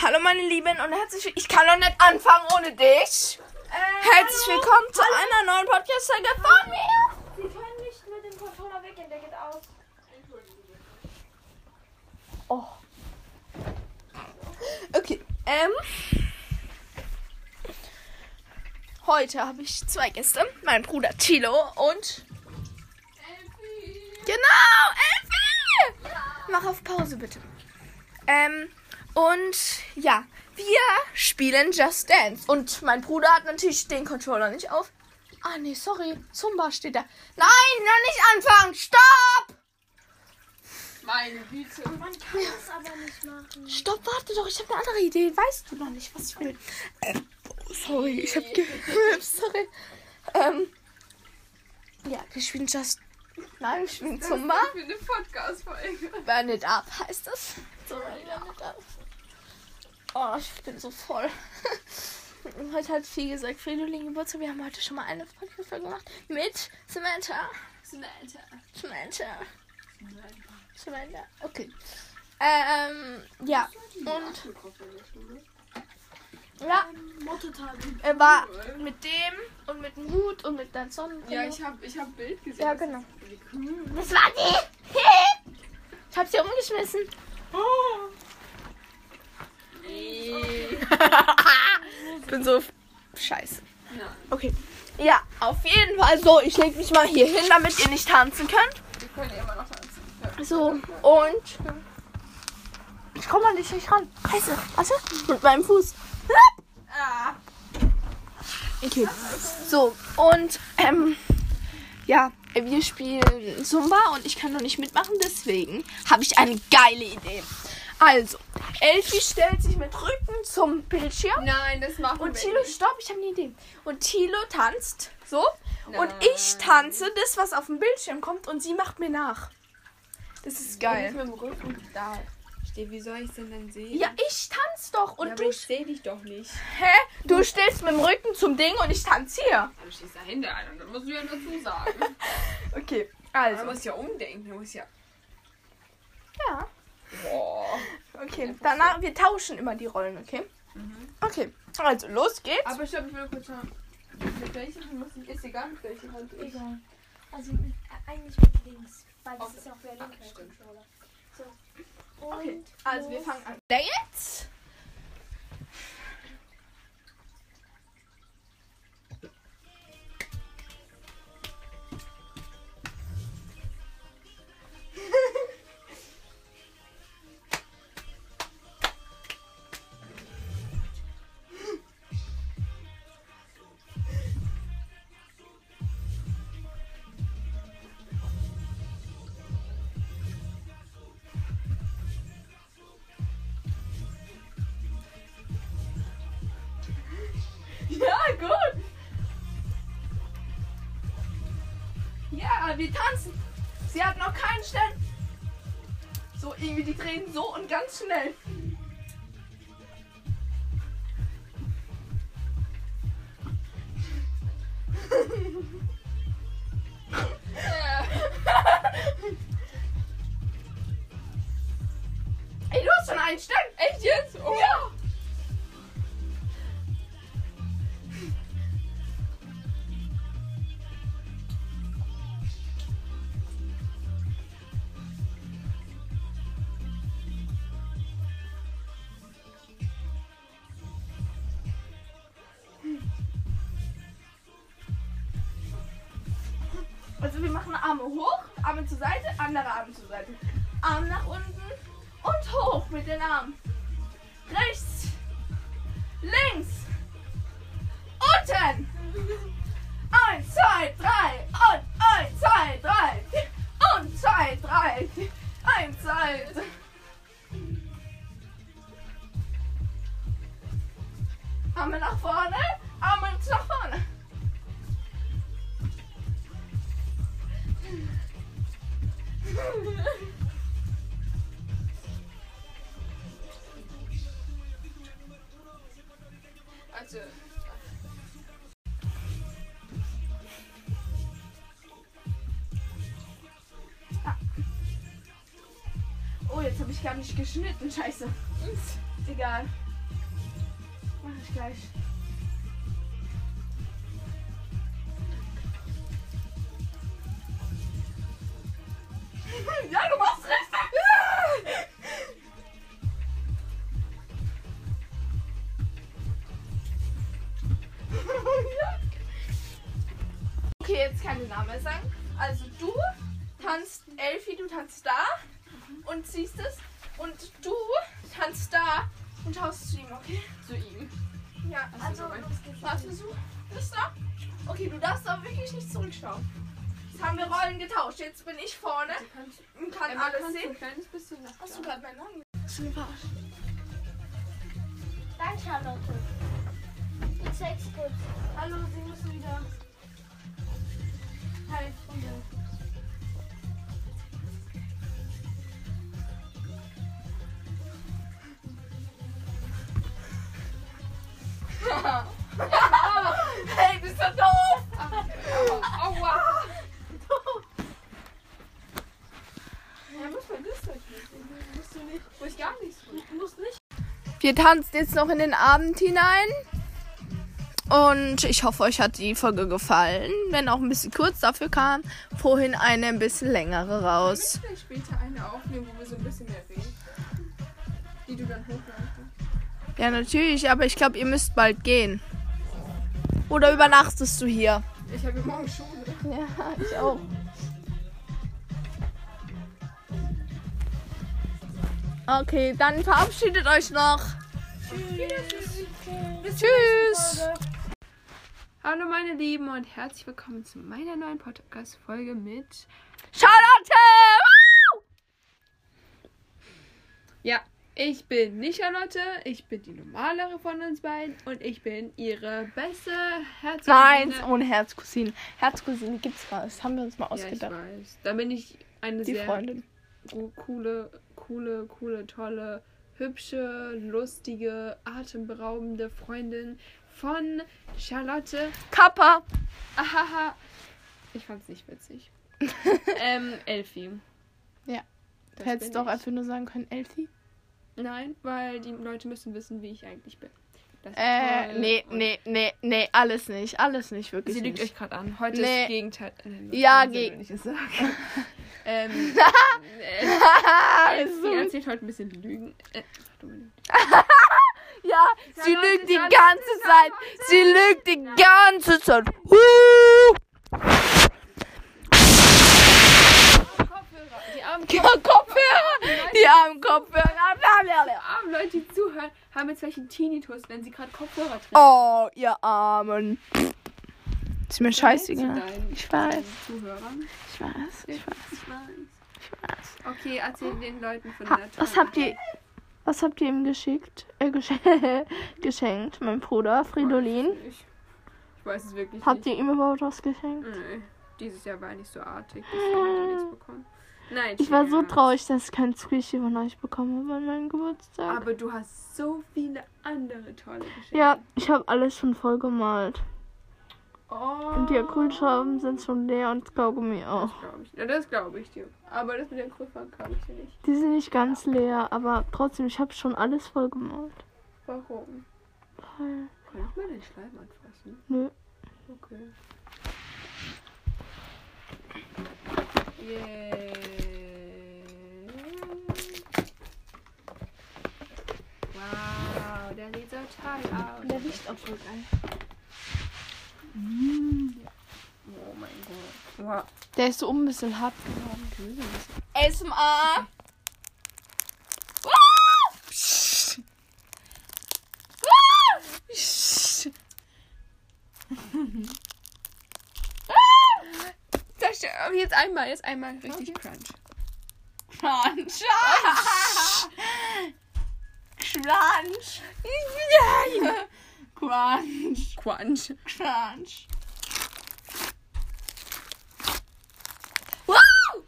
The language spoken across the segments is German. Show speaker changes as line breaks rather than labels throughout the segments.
Hallo meine Lieben und herzlich ich kann doch nicht anfangen ohne dich. herzlich willkommen zu einer neuen Podcast-Folge von mir.
Sie können nicht mit dem Controller weggehen, der geht aus.
Oh. Okay, ähm. Heute habe ich zwei Gäste, mein Bruder Thilo und. Elfie! Genau, Elfie! Mach auf Pause bitte. Ähm, und ja, wir spielen Just Dance. Und mein Bruder hat natürlich den Controller nicht auf. Ah, nee, sorry. Zumba steht da. Nein, noch nicht anfangen. Stopp!
Meine Güte.
Man kann das aber nicht machen.
Stopp, warte doch. Ich habe eine andere Idee. Weißt du noch nicht, was ich will? Ähm, oh, sorry, ich habe gehüpft. Sorry. Ähm, ja, wir spielen Just... Nein, wir spielen Zumba.
Für eine Podcast-Folge.
Burn it up heißt das. Sorry, burn it up. Oh, ich bin so voll. Heute hat viel gesagt, Fridolin Geburtstag. Wir haben heute schon mal eine Podcast-Folge gemacht mit Samantha.
Samantha.
Samantha. Samantha. Okay. Ähm, ja. Und ja,
Motto-Tagen.
er war mit dem und mit dem Hut und mit der Sonnenbrille.
Ja, ich habe ich hab ein Bild gesehen.
Ja, genau.
Wie cool.
Das war die! ich hab sie umgeschmissen. Ich bin so scheiße.
Nein,
Okay. Ja, auf jeden Fall. So, ich leg mich mal hier hin, damit ihr nicht tanzen könnt.
wir können ja immer noch tanzen. Ja.
So, und. Ich komme an dich nicht ran. Scheiße, warte. Mit meinem Fuß.
Ah,
Okay. So, und ähm, ja, wir spielen Zumba und ich kann noch nicht mitmachen, deswegen habe ich eine geile Idee. Also, Elfie stellt sich mit Rücken zum Bildschirm
nein, das machen
und
wir
Thilo,
nicht.
stopp, ich habe eine Idee. Und Thilo tanzt so und
Nein.
ich tanze das, was auf dem Bildschirm kommt und sie macht mir nach. Das ist
Ich
geil.
bin mit dem Rücken da. Steh, wie soll ich denn dann sehen?
Ja, ich tanze doch und
Ja, aber
du,
ich sehe dich doch nicht.
hä? du stehst mit dem Rücken zum Ding und ich tanze hier.
Aber du stehst dahinter an und dann musst du ja dazu sagen.
Okay,
Du
also.
musst ja umdenken, du musst ja.
Ja.
Boah.
Okay, danach, wir tauschen immer die Rollen, okay? Okay, also los geht's.
Aber ich glaube, ich will kurz schauen. Mit welcher Hand muss ich? Ist egal, mit welcher Hand ich.
Egal. Also mit, äh, eigentlich mit links. Weil das
Okay.
ist ja auch der linke
stimmt.
Controller. So. Und
Okay, also wir
los.
fangen an. Der jetzt?
Ja, gut.
Ja, wir tanzen. Sie hat noch keinen Stern. So, irgendwie, die drehen so und ganz schnell. Ey, du hast schon einen Stern.
Echt jetzt? Oh.
Ja. Also wir machen Arme hoch, Arme zur Seite, andere Arme zur Seite. Arm nach unten und hoch mit den Armen. Rechts, links, unten. Eins, zwei, drei und eins, zwei, drei vier, und zwei, drei vier, eins, zwei. drei. Arme nach vorne, Arme nach vorne.
Also,
Oh, jetzt habe ich gar nicht geschnitten, scheiße. Ist Egal.
hol dich gleich. ja, du machst recht.
Okay, jetzt keine Namen mehr sagen. Also du tanzt Elfi, du tanzt da und ziehst es. Und du tanzt da und haust zu ihm, okay?
Zu ihm.
Ja.
Also,
Moment.
los geht's.
Startversuch. Bist du? Okay, du darfst aber wirklich nicht zurückschauen. Jetzt haben wir Rollen getauscht. Jetzt bin ich vorne
Du kannst,
und kann
Emma,
alles
kannst du
sehen.
Ein kleines bisschen nach
Hast
da.
du gerade meinen Namen
Dann Charlotte. Ich zeig's kurz. Hallo, Sie müssen wieder. Halt, und dann.
Hey, bist du doof? Ah.
Aua! Ja, muss man das halt nicht. Musst du nicht. Muss ich gar nichts. Muss nicht.
Wir tanzen jetzt noch in den Abend hinein. Und ich hoffe, euch hat die Folge gefallen. Wenn auch ein bisschen kurz, dafür kam vorhin eine ein bisschen längere
Wir
raus.
müssen vielleicht später eine aufnehmen, wo wir so ein bisschen mehr reden. Die du dann hochleitest.
Ja, natürlich, aber ich glaube, ihr müsst bald gehen. Oder übernachtest du hier?
Ich habe ja morgen Schule.
Ja, ich auch. Okay, dann verabschiedet euch noch. Tschüss. Tschüss.
Hallo meine Lieben und herzlich willkommen zu meiner neuen Podcast-Folge mit.
Charlotte! Woo!
Ja, ich bin nicht Charlotte, ich bin die normalere von uns beiden und ich bin ihre beste Herz.
Nein, ohne Herzcousine. Herzcousine gibt's gar nicht. Das haben wir uns mal
ja, ich
ausgedacht.
weiß. Da bin ich eine
Die
sehr
Freundin.
co- coole, coole, coole, tolle, hübsche, lustige, atemberaubende Freundin von Charlotte.
Kappa.
Ahaha. Ich fand's nicht witzig. ähm, Elfi.
Ja.
Das
Hättest
bin
doch
ich.
einfach nur sagen können, Elfie.
Nein, weil die Leute müssen wissen, wie ich eigentlich bin. Das ist
Äh,
toll
nee,
und-
nee, nee, nee, alles nicht. Alles nicht, wirklich.
Sie lügt
nicht.
euch gerade an. Heute ist
Nee.
das Gegenteil. Äh, Nee, das
Ja,
kann man
gegen-
so nicht sagen. ähm, äh,
Ah, ist
sie
so
erzählt heute ein bisschen Lügen. Äh, ach, du meine-
Ja, sie
Charlotte,
lügt die
Charlotte,
ganze Zeit. Sie lügt die ganze Zeit. Huh!
Kopfhörer. Die armen,
Kopfhörer. Die armen Kopfhörer. Bla, bla, bla.
armen Leute, die zuhören, haben jetzt vielleicht einen Tinnitus, wenn sie gerade Kopfhörer tragen.
Oh, ihr Armen. Ist mir scheißegal.
Deinen,
Ich weiß,
deinen Zuhörern.
ich weiß, ich weiß,
Ich weiß.
ich weiß.
Okay, erzähl den Leuten von
Ha,
der
was
Tat.
habt ihr... Was habt ihr ihm geschickt? Äh, gesch geschenkt, mein Bruder, Fridolin.
Ich, ich weiß es wirklich
Habt
nicht.
ihr ihm überhaupt was geschenkt?
Nee, dieses Jahr war ich nicht so artig. Deswegen hat er nichts bekommen. Nein,
Ich war so
Scherz.
traurig, dass ich kein Squishy von euch bekommen habe an meinem Geburtstag.
Aber du hast so viele andere tolle Geschichten.
Ja, ich habe alles schon voll gemalt.
Oh.
Und die Acrylschrauben sind schon leer und das Kaugummi auch.
Das glaube ich. Ja, das glaube ich dir. Aber das mit der Acrylfarbe glaube ich dir nicht.
Die sind nicht ganz leer, aber trotzdem, ich habe schon alles voll gemalt.
Warum?
Weil-
Kann ich mal den Schleim anfassen?
Nö.
Okay. Yay. Wow, der sieht so toll aus.
Der riecht auch voll geil.
Oh mein Gott. Wow.
Der ist so un bisschen hart.
Gemüse ist
SMA.
Das stimmt. Aber ähm, jetzt einmal, jetzt einmal richtig crunch.
Crunch. Crunch. Crunch.
Crunch.
Crunch.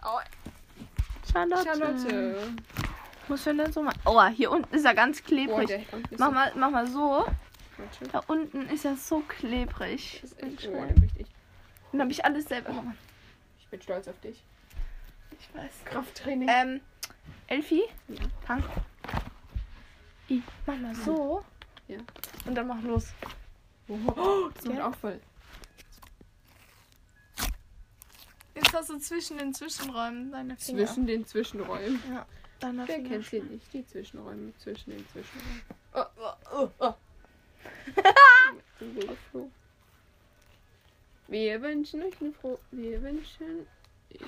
Oh,
Charlotte.
Charlotte.
Muss man denn so machen? Aua, hier unten ist er ganz
Boah,
klebrig.
der kommt nicht
mach,
so.
mal, mach mal so.
Warte.
Da unten ist er so klebrig.
Das ist
Ganz
echt
schnell.
oh, der bricht echt.
Dann habe ich alles selber gemacht.
Ich bin stolz auf dich.
Ich weiß.
Krafttraining.
Äh. Ähm, Elfi?
Ja.
Tank. Ich mach mal so.
Ja.
Und dann mach los.
Oh, oh, das macht
Ja.
auch voll.
Jetzt hast du zwischen den Zwischenräumen deine Finger.
Zwischen den Zwischenräumen.
Ja, deine
Wer
Finger.
kennt sie nicht? Die Zwischenräume zwischen den Zwischenräumen.
Oh, oh, oh, oh.
Ein guter Flo. Wir wünschen euch eine frohe. Wir wünschen.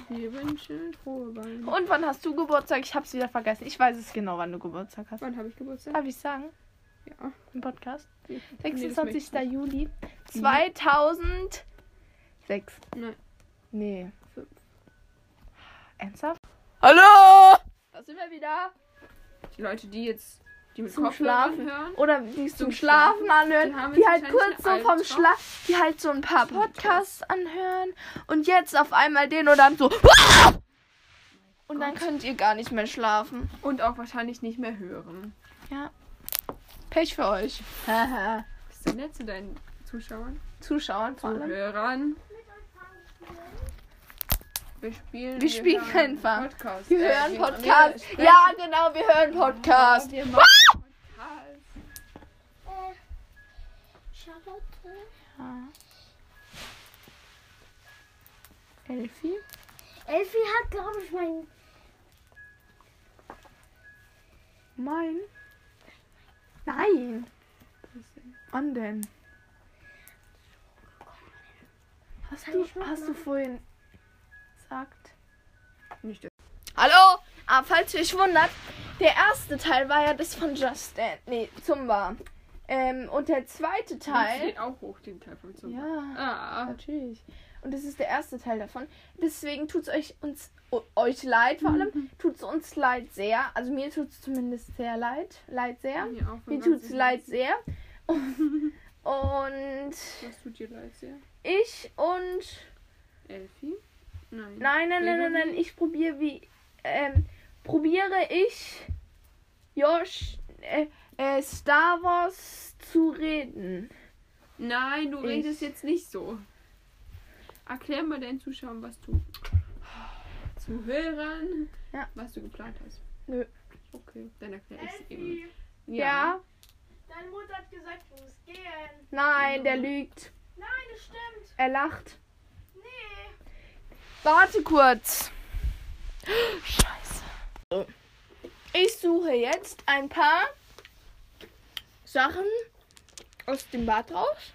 Wir wünschen frohe Weihnachten.
Und wann hast du Geburtstag? Ich hab's wieder vergessen. Ich weiß es genau, wann du Geburtstag hast.
Wann habe ich Geburtstag?
Darf ich sagen?
Ja.
Im Podcast?
Nee, das möchte
26.
ich nicht.
Juli 2006.
Nein.
Nee.
Fünf.
Ernsthaft? Hallo! Da sind wir wieder.
Die Leute, die jetzt die mit
Zum
Kopfhörern
Schlafen.
hören,
Oder die es zum
Zum
Schlafen
Schlafen. Die
anhören,
haben
die,
jetzt
halt
wahrscheinlich
kurz so
einen
vom
Albtraum.
Schlaf, die halt so ein paar
Schon betroffen.
Podcasts anhören und jetzt auf einmal den oder anderen so.
Oh
Und dann könnt ihr gar nicht mehr schlafen.
und auch wahrscheinlich nicht mehr hören.
Pech für euch.
Bist du nett zu deinen Zuschauern?
Zuschauern vor allem.
Zuhörern? Wir spielen,
Wir spielen
hören
keinen Fang.
Podcast.
Wir
Äh,
hören
wir-
Podcast.
wir-
Ja, genau, wir hören Podcast.
Wir machen Podcast.
Äh, Charlotte.
Ah. Elfi?
Elfi hat, glaube ich, mein.
Mein? Nein. Wann denn? Hast du, hast du vorhin gesagt?
Nicht das.
Hallo? Ah, falls ihr euch wundert, der erste Teil war ja das von Just Dance. Nee, Zumba. Ähm, und der zweite
Das
Teil.
geht auch hoch, den Teil von Zimmer.
Ja.
Ah,
Natürlich. Und das ist der erste Teil davon. Deswegen tut es euch uns o- euch leid, vor allem tut es uns leid sehr. Also mir tut es zumindest sehr leid. Leid sehr.
mir auch, wenn
Mir
man
tut es
sich-
leid sehr. Und
Das tut dir leid sehr.
ich und.
Elfi? Nein.
Nein, nein, nein, nein, nein. Ich probiere wie. Ähm, probiere ich Josh äh, äh, Star Wars zu reden.
Nein, du
Ich.
redest jetzt nicht so. Erklär mal deinen Zuschauern, was du Zuhörern,
Ja.
was du geplant hast.
Nö.
Okay, dann erklär ich es eben.
Elfi,
Ja.
deine Mutter hat gesagt, du musst gehen.
Nein, der lügt.
Nein, das stimmt.
Er lacht.
Nee.
Warte kurz. Scheiße. Ich suche jetzt ein paar Sachen aus dem Bad raus.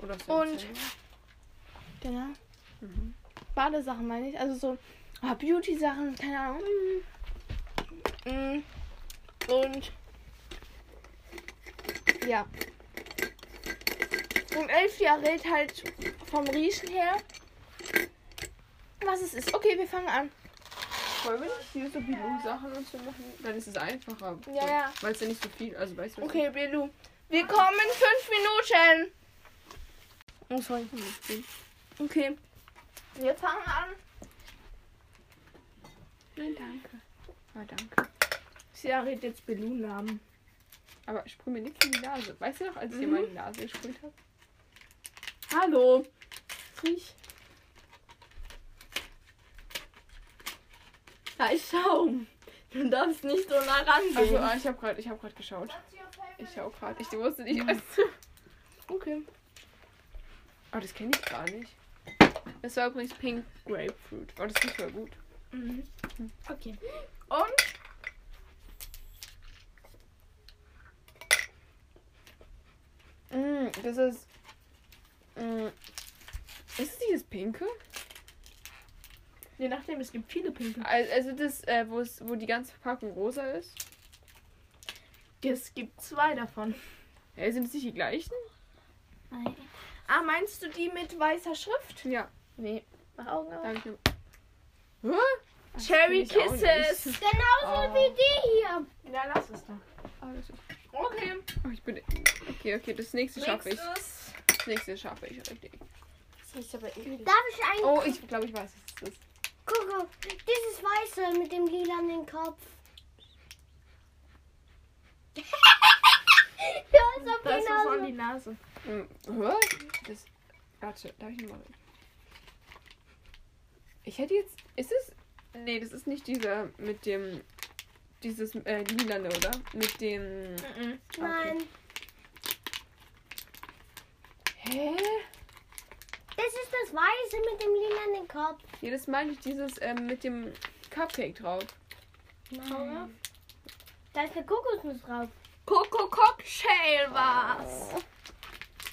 Oder so.
Und- Genau.
Mhm.
Badesachen meine ich. Also so ah, Beauty-Sachen, keine Ahnung. Mhm. Und ja. Und Elfia redet halt vom Riechen her, was es ist. Okay, wir fangen an.
Wollen wir nicht hier so Bilou-Sachen und so machen? Dann ist es einfacher.
Ja, ja.
Weil es ja nicht so viel, also weißt du was
Okay, Belu. Wir kommen in fünf Minuten. Oh, sorry.
ich-
Okay. Wir fangen an.
Nein, danke. Ah, danke.
Sie redet jetzt Belu-Namen.
Aber sprüh mir nichts in die Nase. Weißt du noch, als ich dir mal in die Nase gesprüht habe?
Hallo. Riech. Da ist Schaum. Du darfst nicht so nah rangehen.
Also, ah, ich habe gerade hab grad geschaut.
What's your favorite?
Ich schau gerade. Ich wusste nicht, was
okay.
Oh, das kenne ich gar nicht. Das war übrigens Pink Grapefruit. Oh, das riecht voll gut.
Okay. Und?
Mm, das ist. Mm, ist es dieses Pinke?
Je nachdem, es gibt viele Pinkel.
Also, also das, äh, wo es- wo die ganze Verpackung rosa ist.
Es gibt zwei davon.
Äh, sind es nicht die gleichen?
Äh,
Ah, meinst du die mit weißer Schrift?
Ja.
Nee. Mach Augen auf.
Danke.
Cherry
kenn ich auch
Kisses.
Genauso
Oh.
wie die hier.
Ja, lass es doch.
Oh, das ist,
Okay.
oh, ich bin. Okay, okay, das nächste schaffe ich.
Nächstes.
Das nächste schaffe ich richtig.
Das riecht aber eklig.
Darf ich einen?
Oh, ich glaube, ich weiß, was es ist.
Guck, mal, dieses Weiße mit dem lilanen Kopf. Ja, ist auf
Da
die
ist was an
Nase.
die Nase.
Mm, hä? Das. Warte, darf ich nochmal. Ich hätte jetzt. Ist es. Nee, das ist nicht dieser mit dem. dieses äh, Lilane, oder? Mit dem.
Mhm.
Nein.
Hä?
Das ist das Weiße mit dem lilanen Kopf.
Jedes Mal ich dieses ähm, mit dem Cupcake drauf.
Nein. Da ist eine Kokosnuss drauf.
Coco Cocktail war's.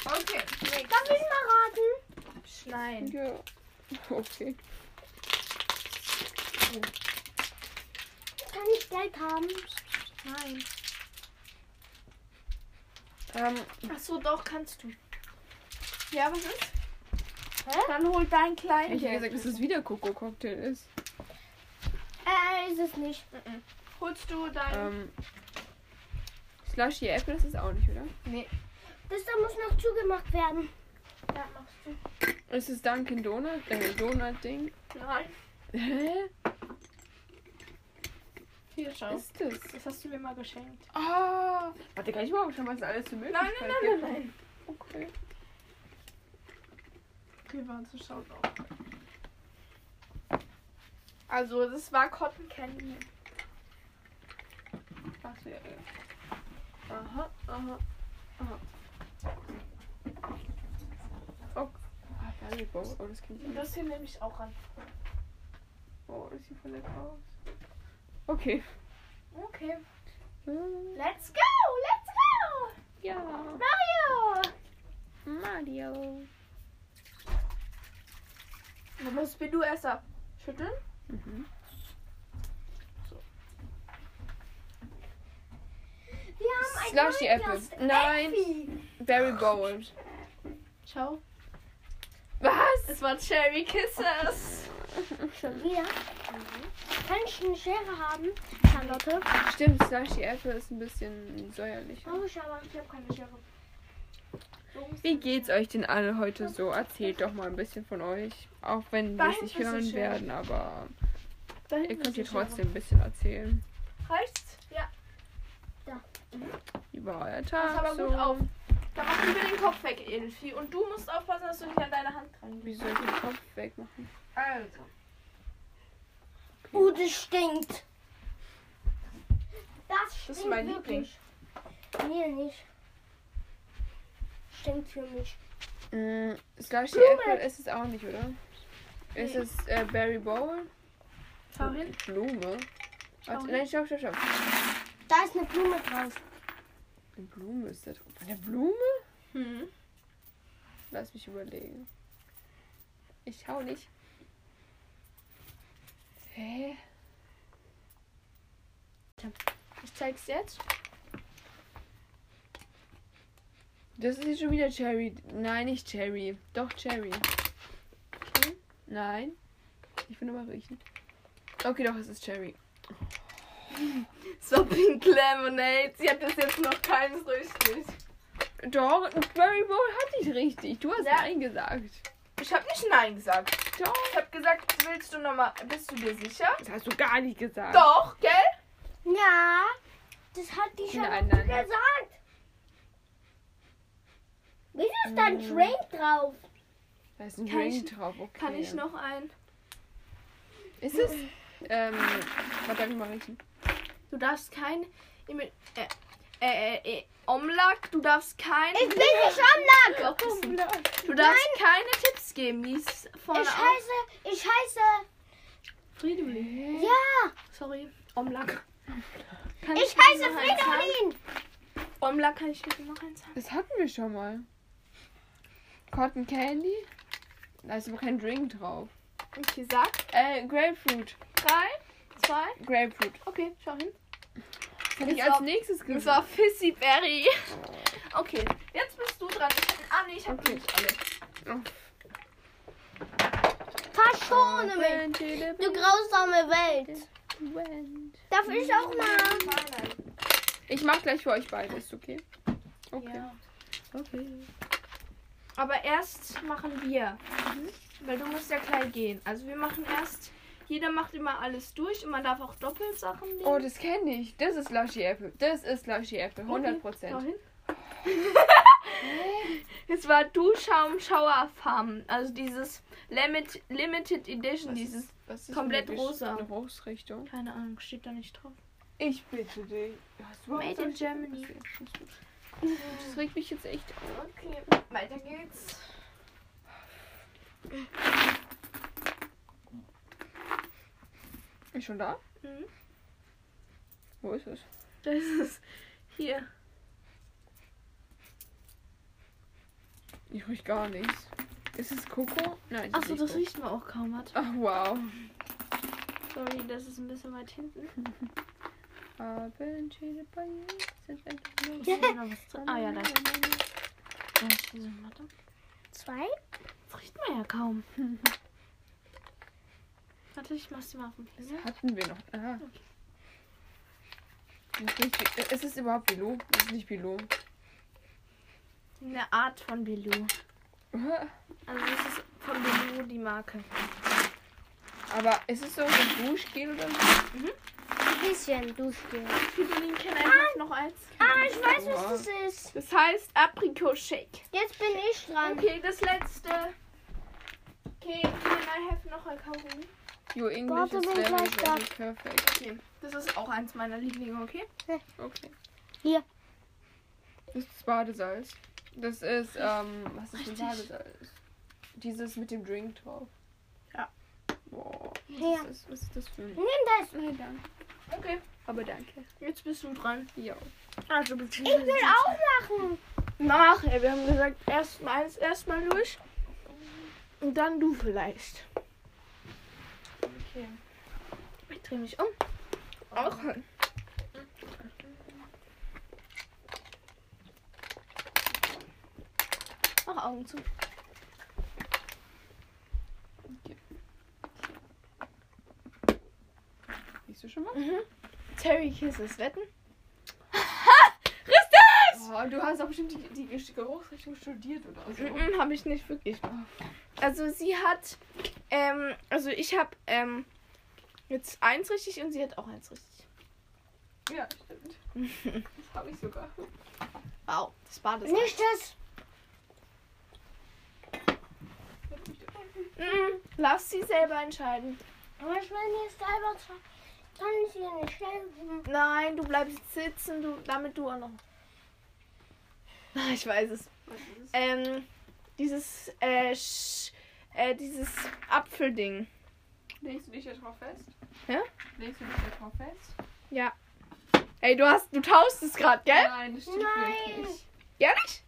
Okay.
Darf ich mal raten?
Nein.
Ja. Okay.
Kann ich Geld haben?
Nein.
Ähm,
Ach so, doch kannst du. Ja, was ist?
Hä?
Dann hol dein Kleid.
ich hätte gesagt, dass es wieder Coco-Cocktail ist.
Äh, ist es nicht.
Holst du dein.
Ähm, Slushy Apple, das ist auch nicht, oder?
Nee.
Das da muss noch zugemacht werden.
Ja, machst du.
Ist es Dunkin' Donut? Äh, Donut-Ding?
Nein.
Hä?
Hier, schau.
Was ist das?
Das hast du mir mal geschenkt.
Ah! Warte, kann ich mal schon was alles zu Möglichkeiten
Nein, nein, nein, nein,
gibt?
nein.
Okay.
Wir waren zu schauen auch. Also, das war Cotton Candy.
Ach, ja, ja. Aha, aha, aha. Oh, ah, Haribo. Oh, das kenne ich auch.
Das hier nehme ich auch an.
Oh, das sieht voll lecker aus. Okay.
Okay.
Hm,
Let's go! Let's go!
Ja.
Mario!
Mario.
Du musst mir du erst abschütteln.
Mhm.
Wir haben ein
Slushy
neues
Apple.
Glas.
Nein.
Effi.
Berry Bowl.
Ciao.
Was?
Es waren Cherry Kisses.
Schon wieder. Kann ich eine Schere haben? Charlotte.
Also, Stimmt, Slushy Apple ist ein bisschen säuerlich.
Oh, ich habe ich hab keine Schere.
Wie geht's euch denn alle heute so? Erzählt doch mal ein bisschen von euch. Auch wenn wir es
Dahin
nicht
ist es
hören
schön.
werden, aber ähm,
Da
ihr
hinten
könnt hier
ist die Schere.
trotzdem ein bisschen erzählen.
Reicht's? Ja.
Über euer
Pass
Tag.
aber
so.
gut auf. Dann mach lieber den Kopf weg, Elfi. Und du musst aufpassen, dass du nicht an deine Hand dran
Wie soll ich den Kopf wegmachen?
Also.
Oh, das stinkt. Das stinkt
Das ist mein
wirklich. Nee, nicht. Stinkt für mich.
Mm, Slushy
Blume.
Apple ist es auch nicht, oder? Ist
Nee.
es äh, Berry Bowl?
Schau hin.
Blume. Warte,
hin.
nein, stopp, stopp, stopp.
Da ist eine Blume drauf.
Eine Blume ist da drauf. Eine Blume?
Hm.
Lass mich überlegen. Ich schau nicht. Hä?
Ich zeig's jetzt.
Das ist jetzt schon wieder Cherry. Nein, nicht Cherry. Doch Cherry. Hm?
Okay.
Nein. Ich will nur mal riechen. Okay, doch, es ist Cherry.
So Pink Lemonade. Sie hat bis jetzt noch keins richtig.
Doch, Berry Bowl hatte ich richtig. Du hast
Ja.
Nein gesagt.
Ich habe nicht Nein gesagt.
Doch.
Ich habe gesagt, willst du nochmal. Bist du dir sicher?
Das hast du gar nicht gesagt.
Doch, gell?
Ja, das hat die schon
Nein, nein, nein.
gesagt. Wieso ist da ein Drink drauf?
Da ist ein
Kann
Ring
ich-
drauf. Okay.
Kann ich noch ein?
Ist es? Ähm, warte, darf ich mal riechen?
Du darfst kein. Imi- Äh, äh, äh, äh, Omlack, du darfst kein.
Ich bin nicht am Lack.
Du darfst keine Tipps geben. Die ist vorne
Ich
auf.
heiße, ich heiße,
Friedolin.
ja,
Sorry. Omlack. Kann
ich
mit
heiße
dir noch eins haben?
Fridolin.
Omlack kann ich bitte noch eins haben.
Das hatten wir schon mal. Cotton Candy. Da ist aber kein Drink drauf.
Ich gesagt.
Äh, Grapefruit.
Drei, zwei.
Grapefruit.
Okay, schau hin.
Das hätte ich
Das war-
als nächstes
Das
gesagt.
war Fizzy Berry. Okay, jetzt bist du dran. Ich hab, ah, nee, ich hab
Okay.
nicht alle.
Verschone mich, Oh, du grausame Welt. Darf ich auch mal?
Nein,
Ich mach gleich für euch beide, ist okay?
nein.
Okay.
Ja.
okay.
Aber erst machen wir.
Mhm.
Weil du musst ja klein gehen. Also wir machen erst. Jeder macht immer alles durch und man darf auch Doppelsachen nehmen.
Oh, das kenne ich. Das ist Lushy Apple. Das ist Lushy Apple.
Okay, Oh,
100
schau
Prozent.
hin. Es war Duschschaum Shower Farm. Also dieses Limit, Limited Edition, dieses.
Was
Komplett
für eine Gesch-
rosa.
Eine Geruchsrichtung.
Keine Ahnung, steht da nicht drauf.
Ich bitte dich. Hast du
Made in
überhaupt solche-
Germany.
Das regt mich jetzt echt auf.
Okay.
Weiter geht's.
Ist schon da?
Mhm.
Wo ist es?
Da ist es. Hier.
Ich riech gar nichts. Ist es Koko? Nein.
Achso, das
riecht.
riecht man auch kaum. Hat.
Ach, wow.
Sorry, das ist ein bisschen weit hinten.
Abendschäde bei ihr sind endlich
Ist da noch was drin? Ah ja, da ist ja, scheiße, warte.
Zwei?
Das riecht man ja kaum. Warte, ich mach's dir mal auf den Finger.
Das hatten wir noch. Ah. Das riecht wie, äh, ist es überhaupt Bilou? Das ist nicht Bilou.
Eine Art von Bilou.
Äh,
Also das ist von Bilou die Marke.
Aber ist es so ein Duschgel oder so?
Ein bisschen Duschgel.
Fridolin kennt einfach noch eins.
Ah, ich weiß, was das ist.
Das heißt Aprikot-Shake.
Jetzt bin ich dran.
Okay, das letzte. Okay, can I have noch ein Kaugummi?
Your English
Warte,
is
bin
very,
gleich da.
very perfect.
Okay, das ist auch eins meiner Lieblinge, okay?
Okay.
Hier.
Das ist das Badesalz. Das ist, ähm, was ist
Richtig.
das Badesalz? Dieses mit dem Drink drauf.
Ja.
Boah. was ist
Her.
das- Was ist das für ein...
Nimm das.
Nein, danke.
Okay,
Aber danke.
jetzt bist du dran.
Ja.
Also bitte.
Ich will auch machen.
Mach, ey, wir haben gesagt, erstmal eins, erstmal durch. Und dann du vielleicht. Okay. Ich drehe mich um. Auch. Mach Augen zu.
Siehst du schon was?
Terry Kisses, wetten?
Oh, du hast doch bestimmt die, die Gesch- Geruchsrichtung studiert oder so.
Mhm, habe ich nicht wirklich. Also sie hat, ähm, also ich habe ähm, jetzt eins richtig und sie hat auch eins richtig.
Ja, stimmt. Das habe ich sogar.
Wow, das war das.
Nicht das.
Mhm, lass sie selber entscheiden.
Aber ich will jetzt selber tra- Kann ich ihr nicht helfen?
Nein, du bleibst sitzen, du, damit du auch noch. Ah, Ich weiß es. Ähm, dieses, äh, Sch, äh, dieses Apfelding.
Legst du dich da drauf fest?
Hä?
Legst du dich da drauf fest?
Ja. Ey, du hast, du tauschst es gerade, gell?
Nein, das stimmt
Nein.
wirklich.
Ehrlich?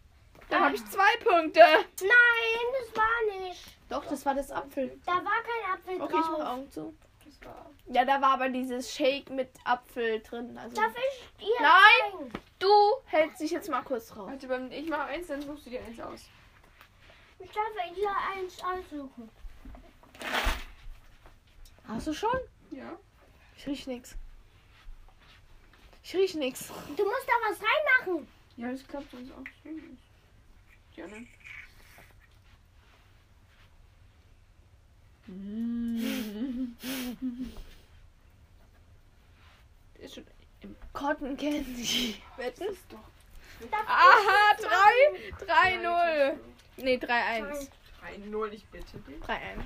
Dann habe ich zwei Punkte.
Nein, das war nicht.
Doch, das war das Apfel.
Da war kein Apfel
Okay, ich mache
drauf.
Augen zu.
Das war.
Ja, da war aber dieses Shake mit Apfel drin. Also
Darf ich ihr
Nein.
zeigen?
du hältst dich jetzt mal kurz raus.
Warte, beim- ich mache eins, dann suchst du dir eins aus.
Ich darf ihr eins aussuchen.
Hast du schon?
Ja.
Ich riech nix. Ich riech nix.
Du musst da was reinmachen.
Ja, das klappt sonst auch schön. Die anderen. Hm. Ist schon.
Cotton Candy. Wetten?
Das ist doch.
Aha, 3, 3, 0.
Nein,
Nee, 3, 1.
3-0, ich bitte dich.
3, 1.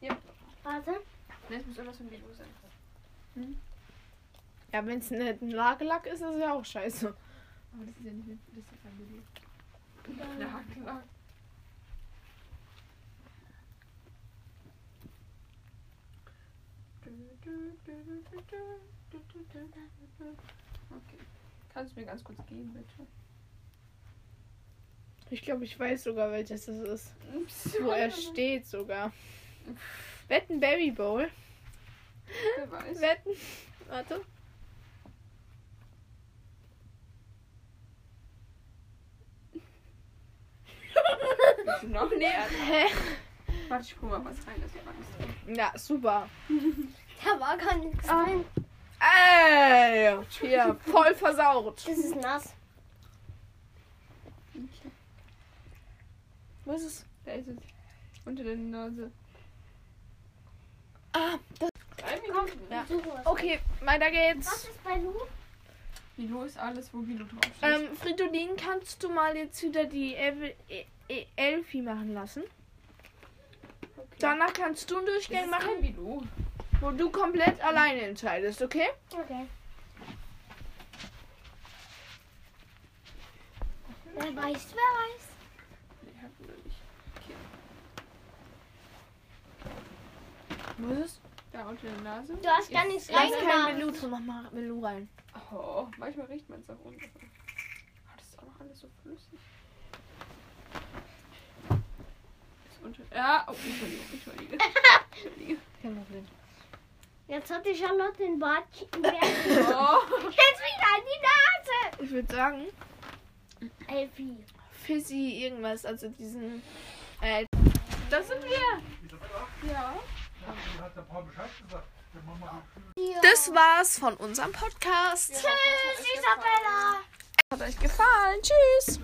Ja.
Warte.
Ne, es muss irgendwas von Bilou sein.
Ja, wenn es ein Nagellack ist, ist es ja auch scheiße.
Aber das ist ja nicht mit. Das ist ja Bilou. Na klar. Okay. Kannst du mir ganz kurz geben, bitte?
Ich glaube, ich weiß sogar, welches es ist. Wo er steht sogar. Wetten Berry Bowl.
Wer weiß.
Wetten. Warte.
Bist du noch näher.
Hä?
Warte, ich guck mal was rein, dass ich Angst
Ja, super.
Da war gar nichts drin.
Ey! Hier, voll versaut.
Das ist nass.
Wo ist es?
Da ist es. Unter der Nase.
Ah, das.
Drei Minuten.
Ja.
Suche was.
Okay, weiter
Was
geht's.
ist bei Lu?
Bilo ist alles, wo Bilo draufsteht.
Ähm, Fridolin, kannst du mal jetzt wieder die Ev e e Elfi machen lassen?
Okay.
Danach kannst du einen
Das
Durchgang
ist
machen,
kein Bilo.
wo du komplett alleine entscheidest, okay?
Okay. Wer weiß, wer weiß.
Nee, hatten wir nicht. Okay.
Wo ist es?
Da unter der Nase.
Du hast gar nichts
Ist-
Da ist kein
reingemacht.
Melu drin. Mach mal Melu rein.
Oh, manchmal riecht man es auch unten. Ah, das ist auch noch alles so flüssig. Ist unter. Ja, oh, Entschuldigung, Entschuldigung. Entschuldigung.
Kein Problem.
Jetzt hat die Charlotte den Bart. Jetzt
Oh.
wieder an die Nase.
Ich würde sagen,
Elfie.
Fizzy irgendwas, also diesen. Äh,
Das sind wir. Ja.
hat der Paul Bescheid gesagt. Der Mama
das war's von unserem Podcast.
Tschüss, Isabella.
Hat euch gefallen. Tschüss.